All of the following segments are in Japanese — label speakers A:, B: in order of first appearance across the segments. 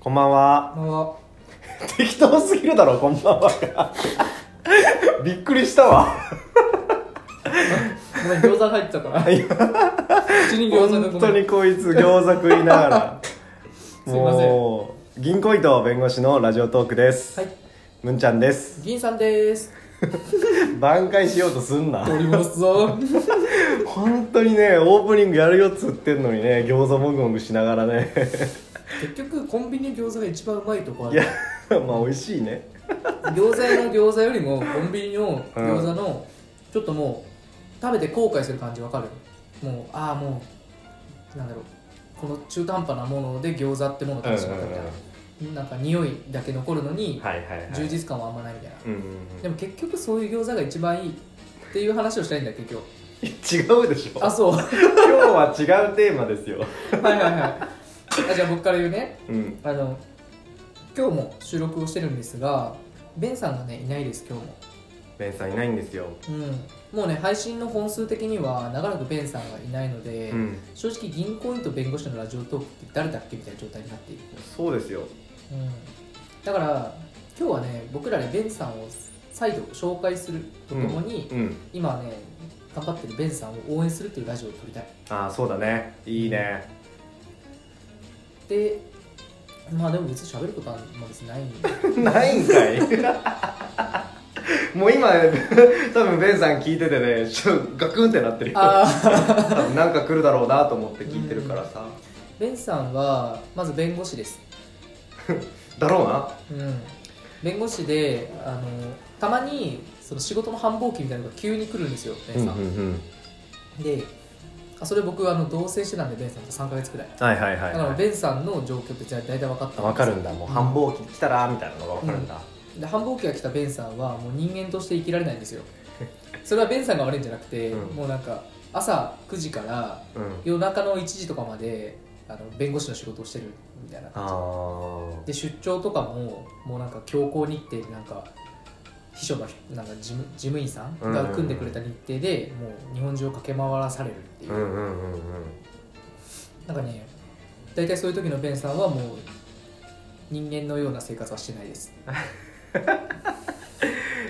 A: こんばんは。
B: あ
A: 適当すぎるだろ、こんばんは が。びっくりしたわ。
B: ごめん餃子入ってたから
A: いや
B: 口に餃子が
A: 本
B: ご
A: 当
B: めん
A: にこいつ餃子食いながら。
B: すいません
A: もう、銀行糸弁護士のラジオトークです。
B: はい
A: むんちゃんです。
B: 銀さんです
A: 挽回しようとすんな。
B: おりますぞ
A: 本当にね、オープニングやるよっつってんのにね、餃子もぐもぐしながらね。
B: 結局コンビニ餃子が一番うまいとこあ
A: い
B: る
A: や、まあ美味しいね。
B: 餃子屋の餃子よりもコンビニの餃子のちょっともう食べて後悔する感じわかるもうああもうなんだろうこの中途半端なもので餃子ってものを楽しまったみたいな、なんか匂いだけ残るのに
A: はいはいはい。
B: 充実感はあんまないみたいな、
A: うんうん
B: でも結局そういう餃子が一番いいっていう話をしたいんだっけ今日
A: うん、違うでしょ
B: あそうは
A: 今日は違うテーマですよ、
B: いはいはいあじゃあ僕から言うね
A: うん、
B: あの今日も収録をしてるんですがベンさんがねいないです今日も
A: ベンさんいないんですよ、
B: うん、もうね配信の本数的には長らくベンさんがいないので、
A: うん、
B: 正直銀行員と弁護士のラジオトークって誰だっけみたいな状態になっている、
A: そうですよ
B: うん、だから今日はね僕らねベンさんを再度紹介するとともに、
A: うん
B: 今ね頑張ってるベンさんを応援するというラジオを撮りたい
A: ああそうだねいいね
B: でまあでも別に喋ることはまあ別にないんで
A: ないんかいもう今多分ベンさん聞いててねちょっとガクンってなってるよ
B: ああ
A: 多分なんか来るだろうなと思って聞いてるからさ、
B: ベンさんはまず弁護士です
A: だろうな
B: うん、弁護士であのたまにその仕事の繁忙期みたいなのが急に来るんですよベンさん、
A: ん
B: であそれ僕あの同棲してたんでベンさんと3ヶ月くらい
A: はいはいは
B: だからベンさんの状況ってじゃあ大体分かった
A: わかるんだもう繁忙期来たらみたいなのがわかるんだ、
B: で繁忙期が来たベンさんはもう人間として生きられないんですよそれはベンさんが悪いんじゃなくて、
A: うん
B: もうなんか朝9時から
A: うん
B: 夜中の1時とかまであの弁護士の仕事をしてるみたいな
A: あ
B: 感じ
A: あ
B: で出張とかももうなんか強行日程でなんか秘書のなんか事務事務員さんが組んでくれた日程でもう日本中を駆け回らされるっていう、
A: うんうんうんうん
B: なんかね大体そういう時のベンさんはもう人間のような生活はしてないです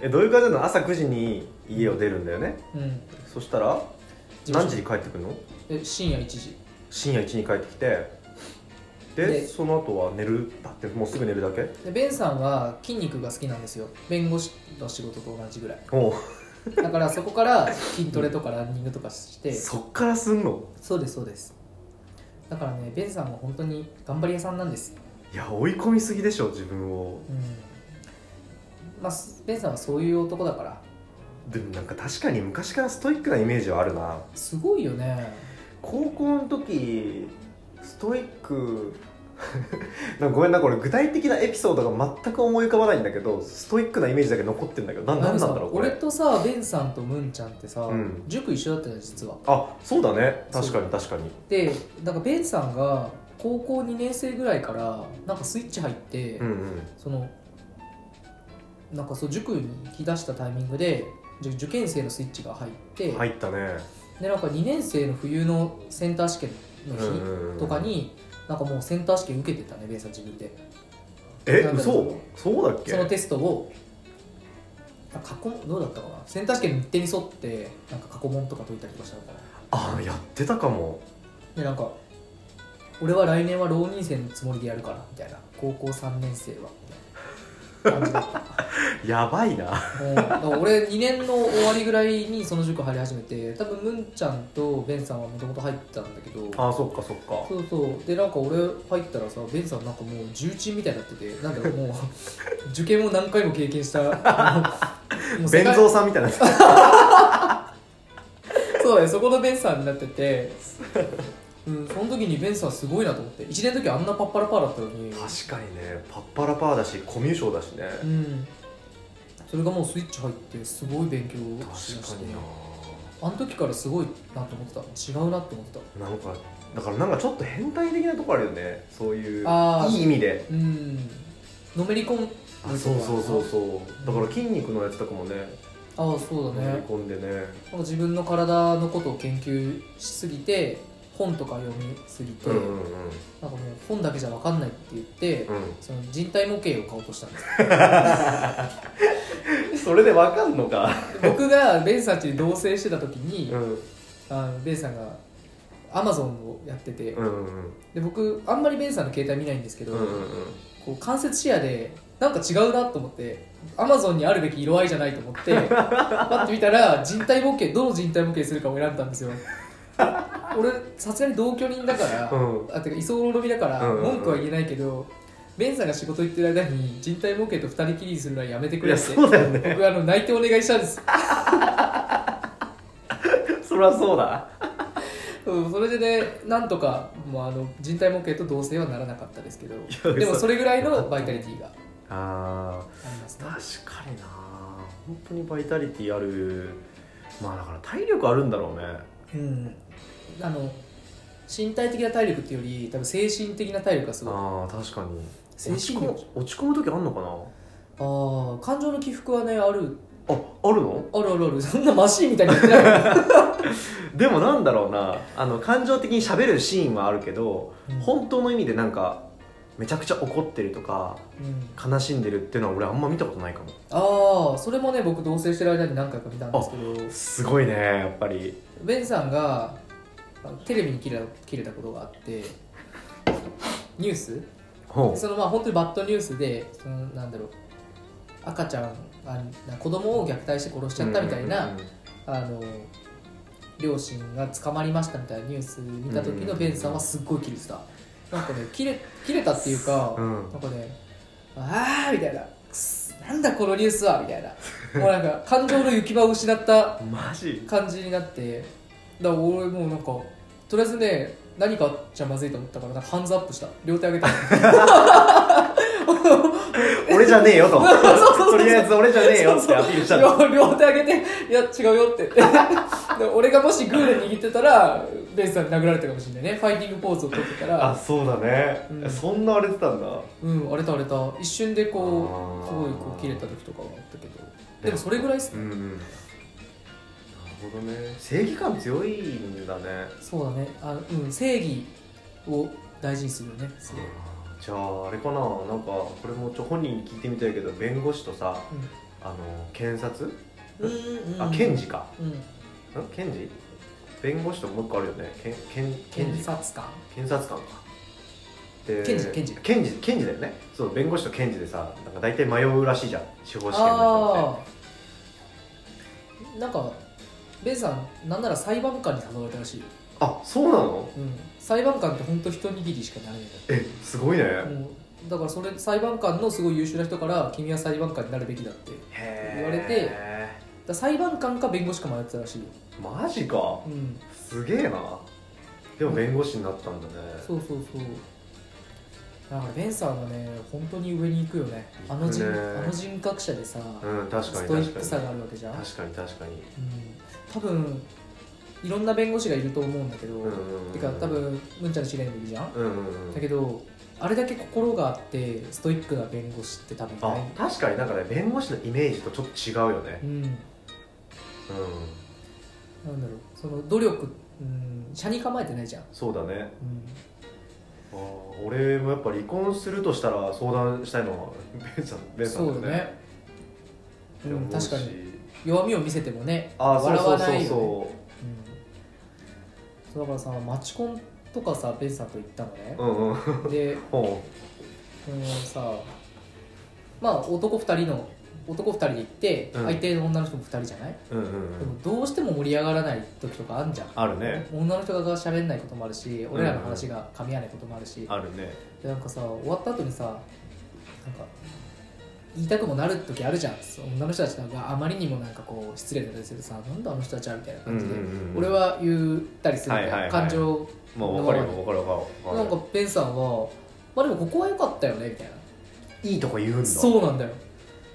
A: えどういう感じなの朝9時に家を出るんだよね
B: うん
A: そしたら何時に帰ってくるの
B: え深夜1時
A: 深夜1に帰ってきてで
B: で
A: その後は寝るだってもうすぐ寝るだけ
B: でベンさんは筋肉が好きなんですよ弁護士の仕事と同じぐらい
A: おう
B: だからそこから筋トレとかランニングとかして
A: そっからすんの
B: そうですそうですだからねベンさんは本当に頑張り屋さんなんです
A: いや追い込みすぎでしょ自分を
B: うんまあ、スベンさんはそういう男だから
A: でもなんか確かに昔からストイックなイメージはあるな
B: すごいよね
A: 高校の時ストイック なんかごめんなこれ具体的なエピソードが全く思い浮かばないんだけどストイックなイメージだけ残ってんだけどななんなんだろうこ
B: 俺
A: れ
B: とさベンさんとムンちゃんってさ、
A: うん
B: 塾一緒だったのよ実は
A: あそうだね確かに確かに
B: でだからベンさんが高校2年生ぐらいからなんかスイッチ入って、
A: うんうん
B: そのなんかそう塾に行き出したタイミングでじゃ受験生のスイッチが入って、
A: 入ったね
B: でなんか2年生の冬のセンター試験の
A: うんうんう
B: 日
A: ん
B: とかに、なんかもうセンター試験受けてたねベンさん自分で
A: え
B: なんだろ
A: 嘘そうだっけ
B: そのテストをあ過去どうだったかなセンター試験の日程に沿ってなんか過去問とか解いたりとかしたのかな
A: あやってたかも
B: でなんか俺は来年は浪人生のつもりでやるからみたいな高校3年生はみたいな感じだった
A: やばいな
B: もうだから俺2年の終わりぐらいにその塾入り始めて多分ムンちゃんとベンさんはもともと入ってたんだけど
A: あそっかそっか
B: そうそうでなんか俺入ったらさベンさんなんかもう重鎮みたいになっててなんだろう もう受験も何回も経 験したあのもう世
A: 弁
B: 界
A: 蔵さんみたいな
B: そうだねそこのベンさんになってて、うん、その時にベンさんすごいなと思って1年の時あんなパッパラパーだったのに、
A: 確かにねパッパラパーだしコミュ障だしね
B: うん、それがもうスイッチ入ってすごい勉強をしまし
A: 確か
B: て
A: に
B: あの時からすごいなと思ってた違うなと思ってた
A: ななんかだからなんかちょっと変態的なとこあるよねそういう
B: あー
A: いい意味で
B: うんのめり込む
A: あそうそうそうそうだから筋肉のやつとかもね
B: ああそうだ
A: 飲
B: ね
A: み込んでね
B: なんか自分の体のことを研究しすぎて本とか読みすぎて、
A: うんうん
B: なんかもう本だけじゃ分かんないって言って、
A: うん
B: その人体模型を買おうとしたんですよ
A: うん それでわかんのか
B: 僕がベンさんちに同棲してた時に、
A: うん
B: あのベンさんがアマゾンをやってて、
A: うんうん
B: で僕あんまりベンさんの携帯見ないんですけど、
A: うんうん
B: こう間接視野でなんか違うなと思ってアマゾンにあるべき色合いじゃないと思って パッて見たら人体模型どの人体模型するかを選んだんで すよ俺さすがに同居人だから、
A: うん
B: あてか居候ロビだから
A: うんうんうん
B: 文句は言えないけど、ベンさんが仕事行ってる間に人体模型と二人きりにするのはやめて
A: うん
B: く
A: い
B: れ
A: や
B: って
A: そうだよね
B: 僕あの泣いてお願いしたんです
A: そりゃそうだ
B: うんそれでねなんとかもうあの人体模型と同棲はならなかったですけ
A: や
B: どでも
A: 嘘
B: それぐらいのバイタリティが
A: あ
B: あ
A: ー
B: りますね
A: 確かにな本当にバイタリティあるまあだから体力あるんだろうね
B: うん、あの身体的な体力っていうより多分精神的な体力がすごいあ
A: ああ確かに
B: 精
A: 落ち
B: 神
A: 込
B: 力
A: む落ち込む時あんのか
B: あー感情の起伏はねある
A: なああるの
B: あるあるあるそんなマシーンみたいに言ってない
A: でもなんだろうなあの感情的に喋るシーンはあるけど、
B: うん
A: 本当の意味でなんかめちゃくちゃ怒ってるとか
B: うん、
A: 悲しんでるっていうのは俺あんま見たことないかも
B: ああそれもね僕同棲してる間に何回か見たんですけど
A: すごいねやっぱり
B: ベンさんがあのテレビに切れた切れたことがあってニュース
A: ほう
B: そのまあ本当にバッドニュースでそのなんだろう赤ちゃんあ子供を虐待して殺しちゃったみたいな、
A: うんうん
B: あの両親が捕まりましたみたいなニュース見た時
A: うんうんう
B: の
A: ん
B: ベンさんはすっごいキレてたなんかねキレキレたっていうか、
A: うん
B: なんかねああみたいなくっすなんだこのニュースはみたいなもうなんか感情の行き場を失った
A: うんマジ
B: 感じになってだから俺もうなんかとりあえずね何かあっちゃまずいと思ったからなんかハンズアップした両手上げた
A: 俺じゃねえよと
B: そうそうそう
A: とりあえず俺じゃねえよってアピールしたんだ
B: 両 両手上げて「いや違うよ」って で俺がもしグーで握ってたらベンさんに殴られたかもしれないねファイティングポーズを取ってた
A: あ
B: ら
A: そうだね、
B: うん
A: そんな荒れてたんだ
B: うん荒れた荒れた一瞬でこ
A: あー
B: うすごいこう切れた時とかはあったけどでもそれぐらいっす
A: う
B: ね、
A: んうんなるほどね正義感強いんだね
B: そうだねあうん正義を大事にするよねすごい
A: じゃああれかななんかこれもちょ本人に聞いてみたいけど弁護士とさあの検察
B: うんうん
A: あ検事か
B: うん
A: ん検事弁護士ともう一個あるよねけんけん検
B: 検
A: 事か
B: 察官
A: 検察官かで
B: 検事検事
A: 検事検事だよねそう弁護士と検事でさなんか大体迷うらしいじゃん司法試験の人っ
B: ああなんかベンさんなんなら裁判官に誘われたらしいよ
A: てあそうなの
B: うん、裁判官って本当一握りしかなれない
A: えすごいね、
B: だもうだからそれ裁判官のすごい優秀な人から君は裁判官になるべきだってだか
A: へえ
B: 言われてら裁判官か弁護士か迷ってたらしいよ、
A: マジか
B: うん、
A: すげえなでも弁護士になったんだね、
B: そうそうそうだからベンさんはね本当に上に行くよねあの人
A: 行くね
B: あの人格者でさ、
A: うん、確か
B: ス
A: に
B: トイ
A: 確
B: ッ
A: か
B: ク
A: に
B: さがあるわけじゃん、うん、
A: 確かに確かに
B: 多分いろんな弁護士がいると思うんだけど、
A: うんうんうん
B: てか多分むんちゃんの知り合いにもいるじゃん、
A: うんうんうん
B: だけどあれだけ心があってストイックな弁護士って多分いな
A: あ
B: い
A: 確かになんかね弁護士のイメージとちょっと違うよね
B: うん、
A: うん
B: なんだろうその努力うん社に構えてないじゃん、
A: そうだね
B: うん、
A: あー俺もやっぱ離婚するとしたら相談したいのはベンさんベンさん
B: そうだね、
A: って
B: うん、
A: 思うし
B: 確かに弱みを見せてもね
A: ああそう
B: 笑
A: そ
B: わ
A: うそ
B: な
A: う
B: いよね
A: そ
B: うんそうだからさマチコンとかさベンさんと行ったのね
A: う、うんうん
B: で
A: ほ
B: うんさまあ男2人の男2人で行って、
A: うん
B: 相手の女の人も2人じゃない、
A: ううんうんう
B: でも
A: ん
B: どうしても盛り上がらない時とかあんじゃん
A: あるね
B: 女の人が喋んないこともあるし俺らの話が噛み合わないこともあるし、
A: あるね
B: でなんかさ終わった後にさなんか言いたくもなる時あるじゃんそう女の人たちなんかあまりにもなんかこう失礼だったりするとさなんだあの人たちはみたいな感じで、
A: うんうんうん
B: 俺は言ったりするみたいな、
A: はいはいはい
B: 感情
A: まあ分かるよ分かる分か
B: な
A: る
B: んかベンさんは「まあでもここは良かったよね」みたいない
A: いとこ言うんだ
B: そうなんだよ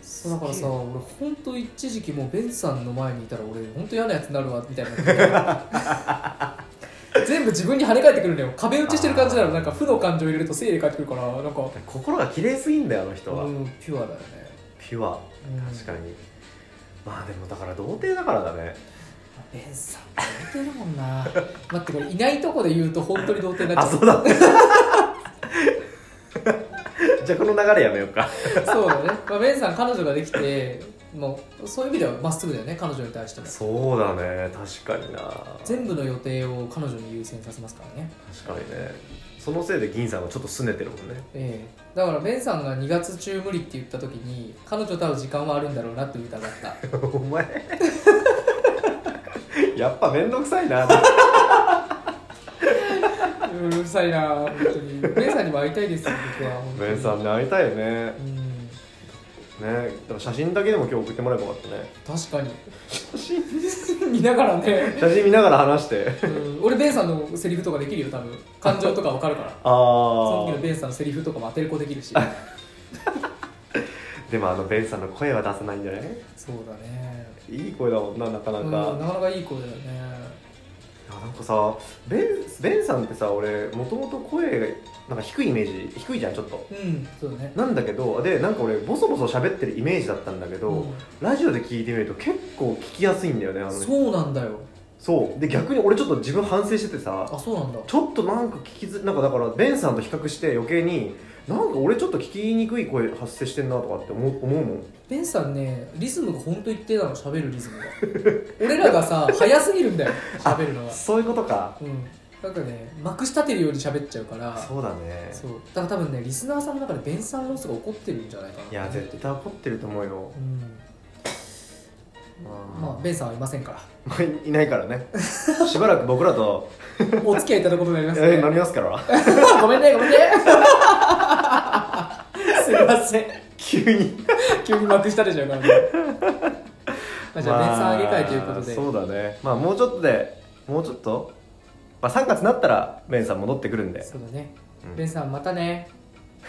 B: そうだから
A: す
B: さ
A: げえ
B: 俺本当一時期もうベンさんの前にいたら俺本当嫌なやつになるわみたいな 全部自分に跳ね返ってくるのよ壁打ちしてる感じなのなんか負の感情入れると生理返ってくるからなんか
A: 心が綺麗すぎんだよあの人は、
B: うん、ピュアだよね
A: ピュア確かにまあでもだから童貞だからだね
B: ベンさん童貞だもんな 待ってこれいないとこで言うと本当に童貞にな
A: あ
B: っちゃ
A: そうだじゃあこの流れやめようか
B: うそうだね、まあ、ベンさん彼女ができてもうそういう意味ではまっすぐだよね彼女に対しても
A: そうだね確かにな
B: 全部の予定を彼女に優先させますからね
A: 確かにねそのせいで銀さんがちょっと拗ねてるもんね
B: ええだからベンさんが2月中無理って言った時に彼女と会う時間はあるんだろうなって疑った
A: お前 やっぱ面倒くさいな
B: うるさいな本当にベンさんにも会いたいですよ僕は本当に
A: メンさんに会いたいよね
B: うん
A: ねでも写真だけでも今日送ってもらえばよかったね
B: 確かに
A: 写真
B: 見ながらね、
A: 写真見ながら話して
B: うん、俺ベンさんのセリフとかできるよ多分感情とかわかるから
A: あ
B: その
A: あ
B: 時のベンさんのセリフとかも当てる子できるし
A: でもあのベンさんの声は出せないんじゃない
B: そうだね
A: いい声だもんななかなか、
B: うん
A: い
B: なかなかいい子だよね
A: やなんかさベンベンさんってさ俺もともと声がなんか低いイメージ低いじゃんちょっと
B: うんそうだね
A: なんだけどでなんか俺ボソボソ喋ってるイメージだったんだけど、
B: うん
A: ラジオで聞いてみると結構聞きやすいんだよねあの人
B: そうなんだよ
A: そうで逆に俺ちょっと自分反省しててさ
B: あそうなんだ
A: ちょっとなんか聞きずなんかだからベンさんと比較して余計になんか俺ちょっと聞きにくい声発生してんなとかって思う思うもん
B: ベンさんねリズムが本当一定なの喋るリズムが 俺らがさ早すぎるんだよ喋るのが
A: そういうことか
B: うんなんかねまくし立てるように喋っちゃうから
A: そうだね
B: そうだから多分ねリスナーさんの中でベンさんロスが怒ってるんじゃないかない
A: いや絶対怒ってると思うよ
B: うん
A: ま
B: まあベンさんはいませんから
A: あ いないからねしばらく僕ら と
B: お付き合いいただくことになりますね
A: えーなりますから
B: ごめんねごめんねすいません
A: 急に
B: 急にまくしたでしょうから ねまあじゃあベンさんあげたいということで、
A: まあそうだねまあもうちょっとでもうちょっと、まあ、3月になったらベンさん戻ってくるんで
B: そうだね
A: うん
B: ベンさんまたね